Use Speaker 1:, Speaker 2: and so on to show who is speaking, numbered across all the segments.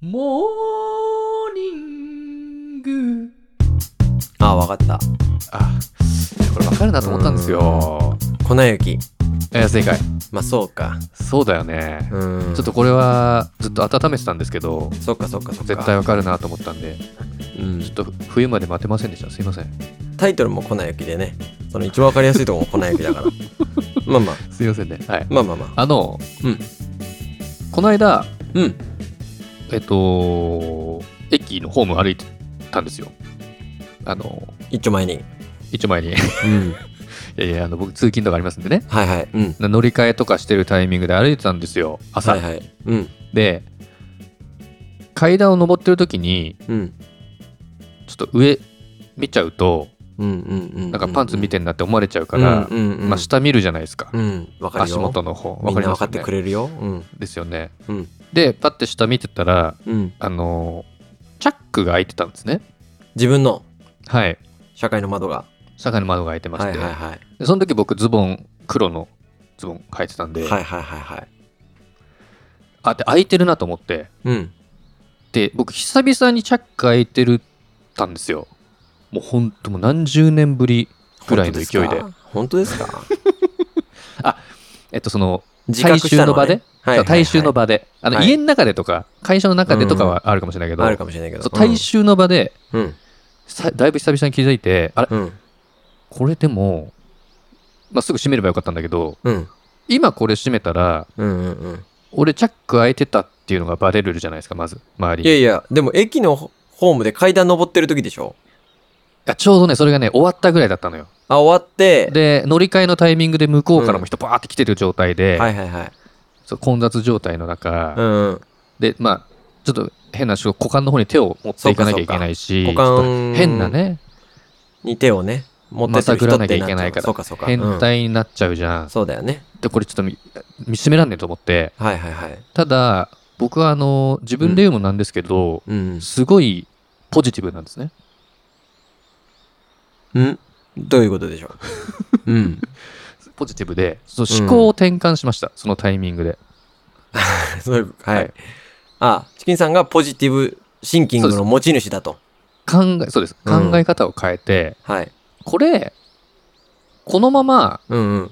Speaker 1: モーニング
Speaker 2: ああ、わかった。
Speaker 1: あこれ分かるなと思ったんですよ
Speaker 2: 粉雪。
Speaker 1: え正解
Speaker 2: まあ、そうか。
Speaker 1: そうだよね
Speaker 2: うん。
Speaker 1: ちょっと、これはずっと温めてたんですけど
Speaker 2: そっかそっかそっか。
Speaker 1: 絶対分かるなと思ったんで
Speaker 2: うん
Speaker 1: ちょっと冬まで待てませんでしたすいません
Speaker 2: タイトルも粉雪でね。その一番わかりやすいとこも粉雪だ から。まあまあ、
Speaker 1: すいませんねはい
Speaker 2: まあまあまあ。
Speaker 1: あの
Speaker 2: うん
Speaker 1: この間
Speaker 2: うん。
Speaker 1: えっと駅のホーム歩いてたんですよあの
Speaker 2: 一丁前に。
Speaker 1: 一丁前に い
Speaker 2: うん。
Speaker 1: やいやあの僕通勤とかありますんでね
Speaker 2: はいはい。うん。
Speaker 1: 乗り換えとかしてるタイミングで歩いてたんですよ朝、
Speaker 2: はいはい。うん。
Speaker 1: で階段を上ってる時に
Speaker 2: うん。
Speaker 1: ちょっと上見ちゃうと
Speaker 2: うんうんうん。
Speaker 1: なんかパンツ見てんなって思われちゃう
Speaker 2: か
Speaker 1: から、
Speaker 2: うんうんうん。
Speaker 1: まあ、下見るじゃないですか、
Speaker 2: うん。わかるよ。
Speaker 1: 足元の方わ
Speaker 2: みん
Speaker 1: かり
Speaker 2: な
Speaker 1: ま
Speaker 2: わ
Speaker 1: す
Speaker 2: か
Speaker 1: よ
Speaker 2: って
Speaker 1: ね
Speaker 2: くれるよ。うん。
Speaker 1: ですよね、
Speaker 2: うん
Speaker 1: でパッて下見てたら
Speaker 2: うん。
Speaker 1: あのーチャックが開いてたんですね
Speaker 2: 自分の
Speaker 1: はい
Speaker 2: 社会の窓が。
Speaker 1: 坂の窓が開いてま
Speaker 2: は
Speaker 1: し
Speaker 2: い
Speaker 1: て、
Speaker 2: はいはい。
Speaker 1: でその時僕ズボン黒のズボン履いてたんで、
Speaker 2: はいはいはいはい。
Speaker 1: あで開いてるなと思って
Speaker 2: うん。
Speaker 1: で僕久々にチャック開いてるたんですよもうほんともう何十年ぶりぐらいの勢いで
Speaker 2: 本当ですか。
Speaker 1: えっとその
Speaker 2: 自 覚したのはね
Speaker 1: 大衆の場で
Speaker 2: はいはいはい
Speaker 1: 大衆の場であの
Speaker 2: はい
Speaker 1: 家の中でとか会社の中でとかはあるかもしれないけど、
Speaker 2: あるかもしれないけど。
Speaker 1: そう大衆の場で
Speaker 2: うん。
Speaker 1: さだいぶ久々に気づいてあれ
Speaker 2: うん。
Speaker 1: これでも、まあ、すぐ閉めればよかったんだけど
Speaker 2: うん。
Speaker 1: 今これ閉めたら
Speaker 2: うんうんうん。
Speaker 1: 俺チャック開いてたっていうのがバレるじゃないですかまず周り
Speaker 2: い
Speaker 1: に
Speaker 2: やいや、でも駅のホホームで階段登ってる時でしょ
Speaker 1: あちょうどねそれがね終わったぐらいだったのよ
Speaker 2: あ、終わって、
Speaker 1: で乗り換えのタイミングで向こうからも人バーって来てる状態で、
Speaker 2: はいはいはい。
Speaker 1: そう混雑状態の中、
Speaker 2: うんうん。
Speaker 1: でまあちょっと変な話股間の方に手を持っていかなきゃいけないし
Speaker 2: そうかそうか股
Speaker 1: ちょっ
Speaker 2: 間
Speaker 1: と変なね
Speaker 2: に手をね、持って
Speaker 1: ま
Speaker 2: って
Speaker 1: た
Speaker 2: る
Speaker 1: ぐ
Speaker 2: 人
Speaker 1: ら
Speaker 2: っ
Speaker 1: なきゃ
Speaker 2: て
Speaker 1: い
Speaker 2: な
Speaker 1: けないから
Speaker 2: そうかそうか。
Speaker 1: 変態になっちゃうじゃん、
Speaker 2: うん。そうだよね。
Speaker 1: でこれちょっと見見つめらんねえと思って
Speaker 2: はいはいはい。
Speaker 1: ただ僕はあの自分で言うもなんですけど、
Speaker 2: うん。
Speaker 1: すごいポジティブなんですね
Speaker 2: うんどういうことでしょ ううん。
Speaker 1: ポジティブでその思考を転換しました、そのタイミングで
Speaker 2: そういうはい。
Speaker 1: はい
Speaker 2: あ、チキンさんがポジティブシンキングの持ち主だと。
Speaker 1: 考えそうです
Speaker 2: うん
Speaker 1: 考え方を変えて、
Speaker 2: はい。
Speaker 1: これこのまま
Speaker 2: うんうん。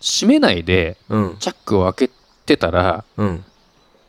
Speaker 1: 閉めないで
Speaker 2: うん。
Speaker 1: チャックを開けてたら
Speaker 2: うん。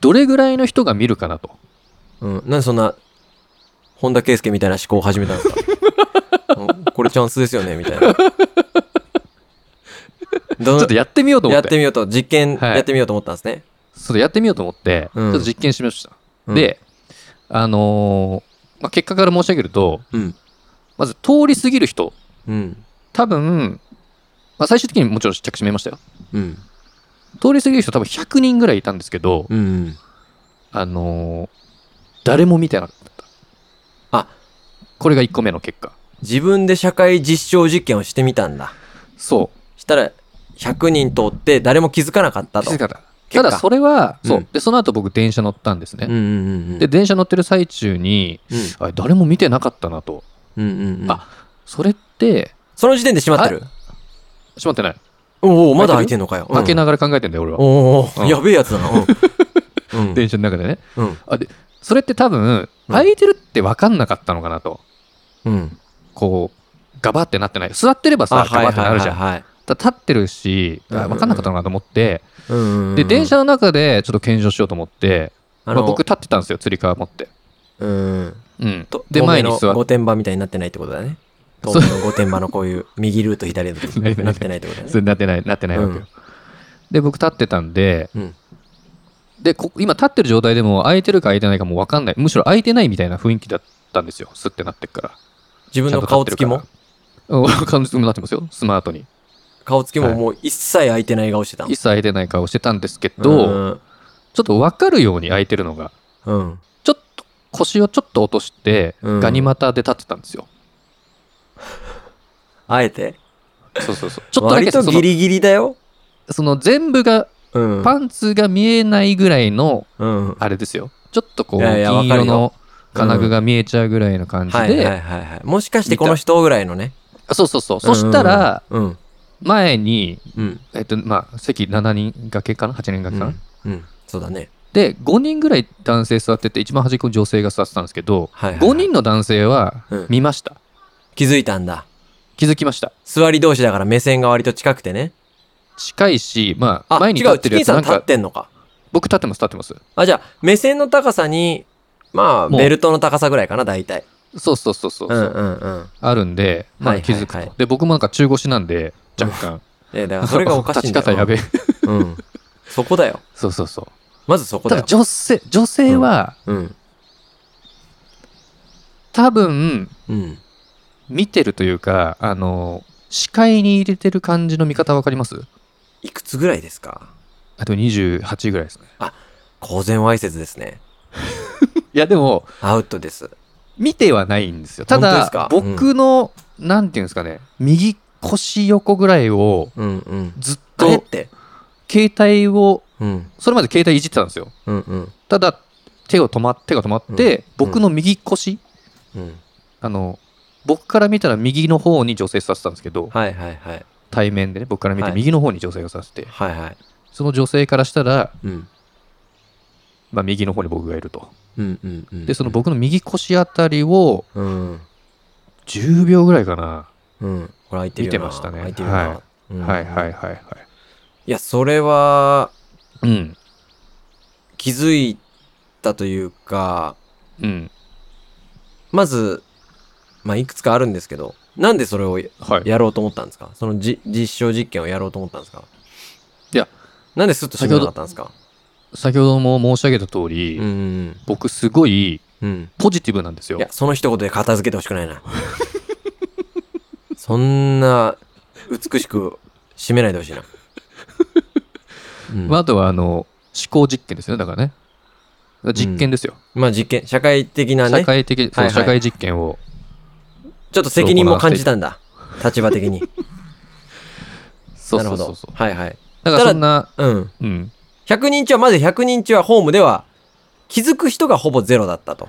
Speaker 1: どれぐらいの人が見るかなと
Speaker 2: うん。なんでそんな、本田圭佑みたいな思考を始めたんです かうんこれチャンスですよねみたいな。ど
Speaker 1: ちょっとやってみようと思
Speaker 2: や
Speaker 1: っ
Speaker 2: っててみようと、実験
Speaker 1: はい
Speaker 2: やってみようと思ったんですね。
Speaker 1: それやってみようと思って、
Speaker 2: うん
Speaker 1: ちょっと実験しました、
Speaker 2: うん、
Speaker 1: であのーまあ、結果から申し上げると
Speaker 2: うん。
Speaker 1: まず通り過ぎる人
Speaker 2: うん。
Speaker 1: 多分、まあ、最終的にもちろん着閉めましたよ
Speaker 2: うん。
Speaker 1: 通り過ぎる人多分100人ぐらいいたんですけど、
Speaker 2: うん。
Speaker 1: あのー誰も見てなかった
Speaker 2: あ
Speaker 1: これが1個目の結果
Speaker 2: 自分で社会実証実験をしてみたんだ。
Speaker 1: そ
Speaker 2: したら、100人通って誰も気づかなかった
Speaker 1: う
Speaker 2: と。
Speaker 1: 気づかなかったた
Speaker 2: 結果
Speaker 1: だそれは、
Speaker 2: うん
Speaker 1: そうでその後僕電車乗ったんですね、
Speaker 2: うんうんうんうん。
Speaker 1: で電車乗ってる最中に
Speaker 2: う
Speaker 1: あ誰も見てなかったなと
Speaker 2: ん、うんうんうん。
Speaker 1: あそれって
Speaker 2: その時点で閉まってる。
Speaker 1: 閉まってない
Speaker 2: おお、まだ開いてんのかよ。
Speaker 1: 開け
Speaker 2: な。
Speaker 1: ながら考えてんだよ俺は
Speaker 2: おーおー、
Speaker 1: うん
Speaker 2: やべえやつだな。うん。うん
Speaker 1: 電車の中でね
Speaker 2: うん。
Speaker 1: それって多分
Speaker 2: うん
Speaker 1: 空いてるって分かんなかったのかなと
Speaker 2: うん。
Speaker 1: こうガバってなってない座ってれば
Speaker 2: あ、
Speaker 1: さガ
Speaker 2: はい
Speaker 1: バ
Speaker 2: は
Speaker 1: っ
Speaker 2: い
Speaker 1: てな
Speaker 2: はい
Speaker 1: るじゃん
Speaker 2: はい。
Speaker 1: た立ってるし
Speaker 2: うんうんうん
Speaker 1: 分かんなかったのかなと思って
Speaker 2: うんうんうん。
Speaker 1: で電車の中でちょっと検証しようと思って
Speaker 2: あ
Speaker 1: ま
Speaker 2: の、
Speaker 1: あ僕立ってたんですよつり革持って
Speaker 2: うん。
Speaker 1: うん
Speaker 2: と
Speaker 1: で前に座っ
Speaker 2: 御殿場みたいになってないってことだね。
Speaker 1: そう
Speaker 2: 東京の御殿場のこういう右ルート左ルート
Speaker 1: ないない
Speaker 2: なってないってことだ
Speaker 1: て
Speaker 2: ね。
Speaker 1: なってないなってないわけよ
Speaker 2: うん
Speaker 1: で僕立ってたんで
Speaker 2: うん。
Speaker 1: でこ今立ってる状態でも空いてるか空いてないかも分かんないむしろ空いてないみたいな雰囲気だったんですよスッてなってっから
Speaker 2: 自分の顔つきも
Speaker 1: うん顔つきもなってますよスマートに
Speaker 2: 顔つき
Speaker 1: は
Speaker 2: も
Speaker 1: い
Speaker 2: もう一切開いてない顔してたの
Speaker 1: 一切空いてない顔してたんですけど、
Speaker 2: ど
Speaker 1: ちょっと分かるように空いてるのが
Speaker 2: うん。うん。
Speaker 1: ちょっと腰をちょっと落として、
Speaker 2: うん
Speaker 1: ガニ股で立ってたんですよ
Speaker 2: あえて
Speaker 1: そうそうそうち
Speaker 2: ち
Speaker 1: ょっとだけそ
Speaker 2: 割とギ
Speaker 1: の
Speaker 2: リギリだよ。
Speaker 1: その全部が
Speaker 2: うん。
Speaker 1: パンツが見えないぐらいの
Speaker 2: うん。は
Speaker 1: あれですよちょっとこう
Speaker 2: いやいや
Speaker 1: 金
Speaker 2: わか
Speaker 1: 色
Speaker 2: るよ
Speaker 1: の金具が見えちゃうぐらいの感
Speaker 2: い
Speaker 1: じで、
Speaker 2: はいはいはい。もしかしてこの人ぐらいのね。
Speaker 1: あそうそうそうそしたら
Speaker 2: うん。
Speaker 1: 前に、
Speaker 2: うん。
Speaker 1: えっとまあ、席7人掛けかな8人掛けかな、
Speaker 2: うん。そうだね。
Speaker 1: で5人ぐらい男性座ってて一番端っこに女性が座ってたんですけど
Speaker 2: はいはいはい
Speaker 1: 5人の男性は
Speaker 2: うん
Speaker 1: 見ました、
Speaker 2: 気づいたんだ。
Speaker 1: 気づきました
Speaker 2: 座り同士だから目線が割と近くてね。
Speaker 1: 近いしまあ
Speaker 2: あ、
Speaker 1: 前に立っ
Speaker 2: 違う、
Speaker 1: て
Speaker 2: チ
Speaker 1: る
Speaker 2: キ
Speaker 1: やつな
Speaker 2: ンさん
Speaker 1: ん
Speaker 2: 立っ
Speaker 1: か
Speaker 2: てんのか。
Speaker 1: 僕立ってます立ってます
Speaker 2: あ、じゃあ、目線の高さに、まあ、
Speaker 1: もう
Speaker 2: ベルトの高さぐらいかな、大体。
Speaker 1: そうそうそうそう、
Speaker 2: うんうんうん。
Speaker 1: あるんで、ま
Speaker 2: は
Speaker 1: あ、
Speaker 2: いは
Speaker 1: 気
Speaker 2: いはい
Speaker 1: づくと、で僕もなんか中腰なんで若干
Speaker 2: え、 だからそれがおかしいんだよ。
Speaker 1: 立ち方やべえ
Speaker 2: うん。そこだよ。
Speaker 1: そうそうそう
Speaker 2: まずそこ
Speaker 1: ただ
Speaker 2: だよ。
Speaker 1: 女性女性は
Speaker 2: うん。
Speaker 1: 多分
Speaker 2: うん。
Speaker 1: 見てるというかあの視界に入れてる感じの見方わかります
Speaker 2: いくつぐらいですか
Speaker 1: あと28ぐらいですね
Speaker 2: 公然わいせつですね。
Speaker 1: いやでも
Speaker 2: アウトです。
Speaker 1: 見てはないんですよた
Speaker 2: 本当です
Speaker 1: だ
Speaker 2: か
Speaker 1: 僕の、なんていうんですかね右腰横ぐらいを
Speaker 2: うんうん。
Speaker 1: ずっ
Speaker 2: あれっ
Speaker 1: と
Speaker 2: て。
Speaker 1: 携帯を
Speaker 2: うん。
Speaker 1: それまで携帯いじってたんですよ
Speaker 2: うんうん。
Speaker 1: ただ手を止ま手が止まって、
Speaker 2: うん
Speaker 1: 僕の右腰
Speaker 2: うん。
Speaker 1: あの僕から見たら右の方に女性座ってたんですけど
Speaker 2: はいはいはい。
Speaker 1: 対面でね僕から見て
Speaker 2: はい
Speaker 1: 右の方に女性が座ってて、
Speaker 2: はいはい。
Speaker 1: その女性からしたら、
Speaker 2: うん。
Speaker 1: まあ、右の方に僕がいると
Speaker 2: うんうんうん。
Speaker 1: でその、僕の右腰あたりを
Speaker 2: うん。
Speaker 1: 10秒ぐらいかな、
Speaker 2: うん。これ開いてるよな。
Speaker 1: 見てましたね
Speaker 2: 開いてるよな
Speaker 1: は
Speaker 2: うん
Speaker 1: はいはいはいはい
Speaker 2: いや、それは、
Speaker 1: うん
Speaker 2: 気づいたというか、
Speaker 1: うん
Speaker 2: まず、まあ、いくつかあるんですけど、なんでそれをや
Speaker 1: はい
Speaker 2: やろうと思ったんですかそのじ実証実験をやろうと思ったんですか
Speaker 1: いや、
Speaker 2: なんでスッとしなかったんですか
Speaker 1: 先ほども申し上げた通り、
Speaker 2: うんうん
Speaker 1: 僕すごい
Speaker 2: うん。うん。
Speaker 1: ポジティブなんですよ
Speaker 2: いや、その一言で片付けてほしくない な。そんな、美しく締めないでほしいな。うん
Speaker 1: まあ、あとはあの思考実験ですよねだからね実験ですよ、
Speaker 2: まあ実験、社会的なね
Speaker 1: 社、会的、そう
Speaker 2: はいはい
Speaker 1: 社会実験を
Speaker 2: ちょっと責任も感じたんだ。立場的に。
Speaker 1: そう
Speaker 2: なる
Speaker 1: そ
Speaker 2: ほ
Speaker 1: うそうそ。
Speaker 2: ど
Speaker 1: う
Speaker 2: はいはい。
Speaker 1: だからそんな
Speaker 2: うん。
Speaker 1: うん
Speaker 2: 100人中は、まず100人中はホームでは、気づく人がほぼゼロだったと。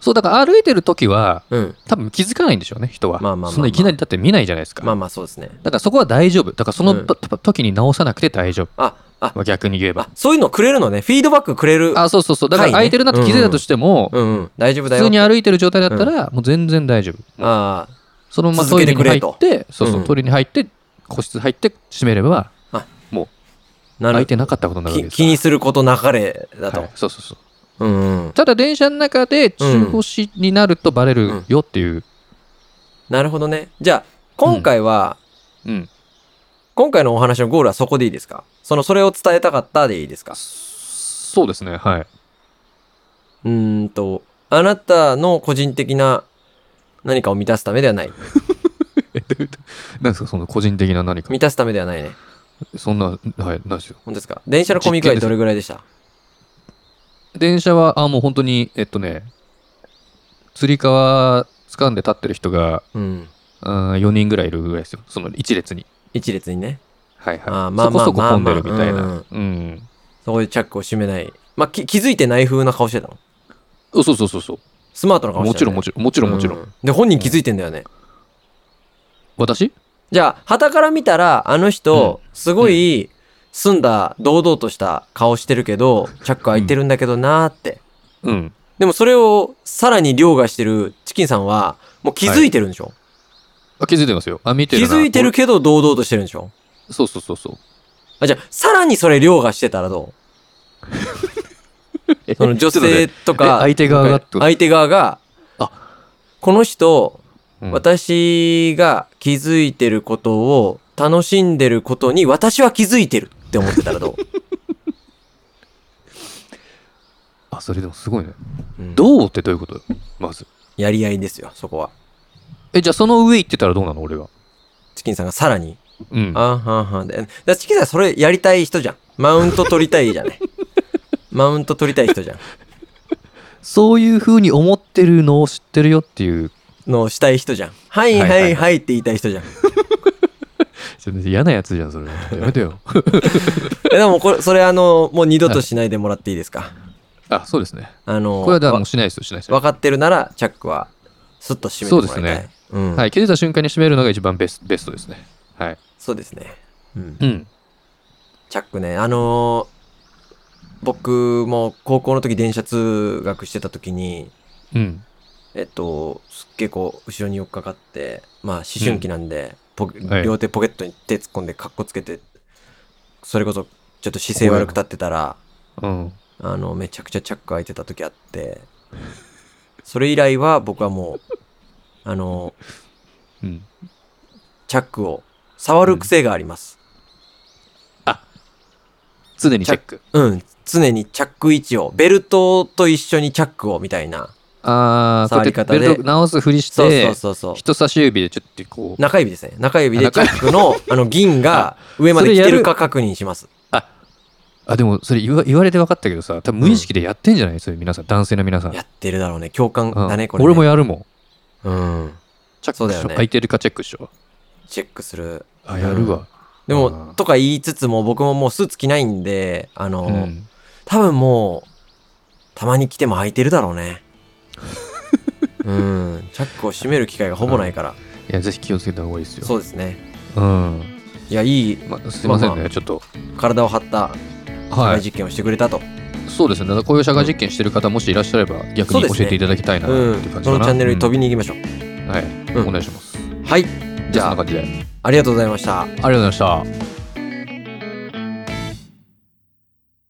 Speaker 1: そうだから歩いてる時は
Speaker 2: うん。
Speaker 1: 多分気づかないんでしょうね人は
Speaker 2: まあまあまあまあ
Speaker 1: そんないきなりだって見ないじゃないですか、
Speaker 2: まあまあそうですね。
Speaker 1: だからそこは大丈夫だからその、
Speaker 2: うん
Speaker 1: と時に直さなくて大丈夫、
Speaker 2: あ、あ、
Speaker 1: まあ、逆に言えば
Speaker 2: あ、そういうのくれるのね。フィードバックくれる。
Speaker 1: あそうそうそうだから
Speaker 2: はい
Speaker 1: 空
Speaker 2: ね
Speaker 1: いてるなって気づいたとしても、
Speaker 2: うんうん。大丈夫だよ。
Speaker 1: 普通に歩いてる状態だったら、もう全然大丈夫
Speaker 2: あ
Speaker 1: そのままト
Speaker 2: 続
Speaker 1: イ
Speaker 2: け
Speaker 1: レ
Speaker 2: て
Speaker 1: に
Speaker 2: く
Speaker 1: 入
Speaker 2: れ
Speaker 1: っ
Speaker 2: と
Speaker 1: てそうそう、
Speaker 2: うん
Speaker 1: トイレに入って個室入って閉めれば
Speaker 2: あ、な
Speaker 1: 空い
Speaker 2: る
Speaker 1: てなかったことになるわけ
Speaker 2: き
Speaker 1: です
Speaker 2: 気にすることなかれだと。
Speaker 1: はいそうそうそう
Speaker 2: うんうん。
Speaker 1: ただ電車の中で中腰になるとバレるよっていう、
Speaker 2: なるほどね。じゃあ、今回は、
Speaker 1: うん
Speaker 2: 今回のお話のゴールはそこでいいですかその、それを伝えたかったでいいですか
Speaker 1: そうですねはいう
Speaker 2: ーんと、あなたの個人的な何かを満たすためではない。
Speaker 1: 何ですかその個人的な何か
Speaker 2: 満たすためではないね。
Speaker 1: そんなはい何ですよ
Speaker 2: 本当ですか電車の混み具合どれぐらいでした
Speaker 1: 電車はあもう本当にえっとねつり革掴んで立ってる人が
Speaker 2: うん。
Speaker 1: あ4人ぐらいいるぐらいですよその一列に
Speaker 2: 一列にね。
Speaker 1: はいはい
Speaker 2: あーまあ
Speaker 1: そこそこ
Speaker 2: まあ
Speaker 1: 混んでるみたい
Speaker 2: まあ
Speaker 1: な
Speaker 2: ま
Speaker 1: うん
Speaker 2: そこでチャックを閉めない。まあ、き気づいてない風な顔してたの
Speaker 1: そうそうそうそう
Speaker 2: スマートな顔
Speaker 1: も
Speaker 2: して
Speaker 1: ち
Speaker 2: た
Speaker 1: ろ
Speaker 2: よ
Speaker 1: ん
Speaker 2: ね、
Speaker 1: もちろんもちろんもちろん、
Speaker 2: うで、本人気づいてんだよね。
Speaker 1: 私
Speaker 2: じゃあ、旗から見たら、あの人、すごい、澄んだ、堂々とした顔してるけど、チャック開いてるんだけどなーって。
Speaker 1: うん
Speaker 2: でもそれをさらに凌駕してるチキンさんは、もう気づいてるんでしょ、
Speaker 1: あ気づいてますよあ見て
Speaker 2: 気
Speaker 1: るな
Speaker 2: づいてるけど堂々としてるんでしょ
Speaker 1: そうそうそうそう
Speaker 2: あ、じゃあ、さらにそれ凌駕してたらどうその女性と
Speaker 1: ちょっと待ってえ相手
Speaker 2: か、
Speaker 1: 側がってこと
Speaker 2: 相手側が、あ、この人、
Speaker 1: うん
Speaker 2: 私が気づいてることを楽しんでることに私は気づいてるって思ってたらど
Speaker 1: あそれでもすごいね
Speaker 2: う、うん
Speaker 1: どうってどういうことよまず
Speaker 2: やり合いですよ、そこは。
Speaker 1: えじゃあその上行ってたらどうなの俺は
Speaker 2: チキンさんがさらに。
Speaker 1: うん
Speaker 2: あーはんはん。でだからチキンさんそれやりたい人じゃん。マウント取りたいじ ゃない。マウント取りたい人じゃん。
Speaker 1: そういうふうに思ってるのを知ってるよっていう
Speaker 2: のしたい人じゃん。はい
Speaker 1: はい
Speaker 2: は
Speaker 1: はいはい
Speaker 2: いはいって言いたい人じゃん。
Speaker 1: ちょっと嫌なやつじゃんそれやめてよ
Speaker 2: えでもこれ、それあの、もう二度としないでもらっていいですか。
Speaker 1: あそうですね
Speaker 2: あの、
Speaker 1: これはだからも
Speaker 2: わ
Speaker 1: うしないですよしないですよ
Speaker 2: 分かってるなら、チャックは、スッと閉めてもらいたい。
Speaker 1: そうですね。
Speaker 2: うん。
Speaker 1: はい、気づいた瞬間に閉めるのが一番ベスベストですね。はい。
Speaker 2: そうですね。うん
Speaker 1: う。ん。
Speaker 2: チャックね、あのー僕も高校の時電車通学してた時に、
Speaker 1: うん。
Speaker 2: えっと、すっげえこう、後ろに寄っかかって、まあ、思春期なんで、ポケ
Speaker 1: はい
Speaker 2: 両手ポケットに手突っ込んで、かっこつけて、それこそ、ちょっと姿勢悪く立ってたら、
Speaker 1: うん。
Speaker 2: あの、めちゃくちゃチャック開いてた時あって、それ以来は僕はもう、あの、
Speaker 1: うん。
Speaker 2: チャックを触る癖があります。
Speaker 1: 常にチェック。
Speaker 2: うん、常にチャック位置を、ベルトと一緒にチャックをみたいな。
Speaker 1: ああ、こうやって
Speaker 2: 触り方で
Speaker 1: ベルト直すふりして、
Speaker 2: そうそうそうそう。
Speaker 1: 人差し指でちょっとこう、
Speaker 2: 中指ですね。中指で
Speaker 1: あ
Speaker 2: チ
Speaker 1: 中
Speaker 2: ャッ クの、あの、銀が上まで来てるか確認します。
Speaker 1: あ、でもそれ言わ言われて分かったけどさ、多分無意識でやってんじゃない、それ皆さん、男性の皆さん。
Speaker 2: やってるだろうね。共感
Speaker 1: うん
Speaker 2: だね、これ、ね。
Speaker 1: 俺もやるもん。
Speaker 2: うん。
Speaker 1: チャッ
Speaker 2: そう
Speaker 1: ク
Speaker 2: だ
Speaker 1: し
Speaker 2: よ
Speaker 1: ょ、
Speaker 2: ね
Speaker 1: 空いてるかチェックしょ。
Speaker 2: チェックする。
Speaker 1: あ、やるわ。
Speaker 2: で
Speaker 1: う
Speaker 2: も
Speaker 1: ん、
Speaker 2: とか言いつつも、僕ももうスーツ着ないんで、あの、
Speaker 1: うん。
Speaker 2: 多分もう、たまに来ても空いてるだろ うね。うん。チャックを閉める機会がほぼないから。
Speaker 1: いや、ぜひ気をつけた方がいいですよ。
Speaker 2: そうですね。
Speaker 1: うん。
Speaker 2: いや、いい
Speaker 1: ま、すいませんね、
Speaker 2: まあまあ
Speaker 1: ちょっと。
Speaker 2: 体を張った社
Speaker 1: は
Speaker 2: 会
Speaker 1: い。
Speaker 2: 実験をしてくれたと。
Speaker 1: そうですね。だからこういう社会実験してる方、もしいらっしゃれば、逆
Speaker 2: そう
Speaker 1: に
Speaker 2: ですね
Speaker 1: 教えていただきたいなって
Speaker 2: うん
Speaker 1: いう感。じ
Speaker 2: そ
Speaker 1: かな。
Speaker 2: のチャンネルに飛
Speaker 1: び、
Speaker 2: びに行きましょう。
Speaker 1: はい、
Speaker 2: うん
Speaker 1: お願いします。
Speaker 2: はい。
Speaker 1: じ
Speaker 2: じ
Speaker 1: ゃあ、そんな
Speaker 2: ゃあ、
Speaker 1: 感じで。あり
Speaker 2: ありがとうございました。
Speaker 1: がとうございました。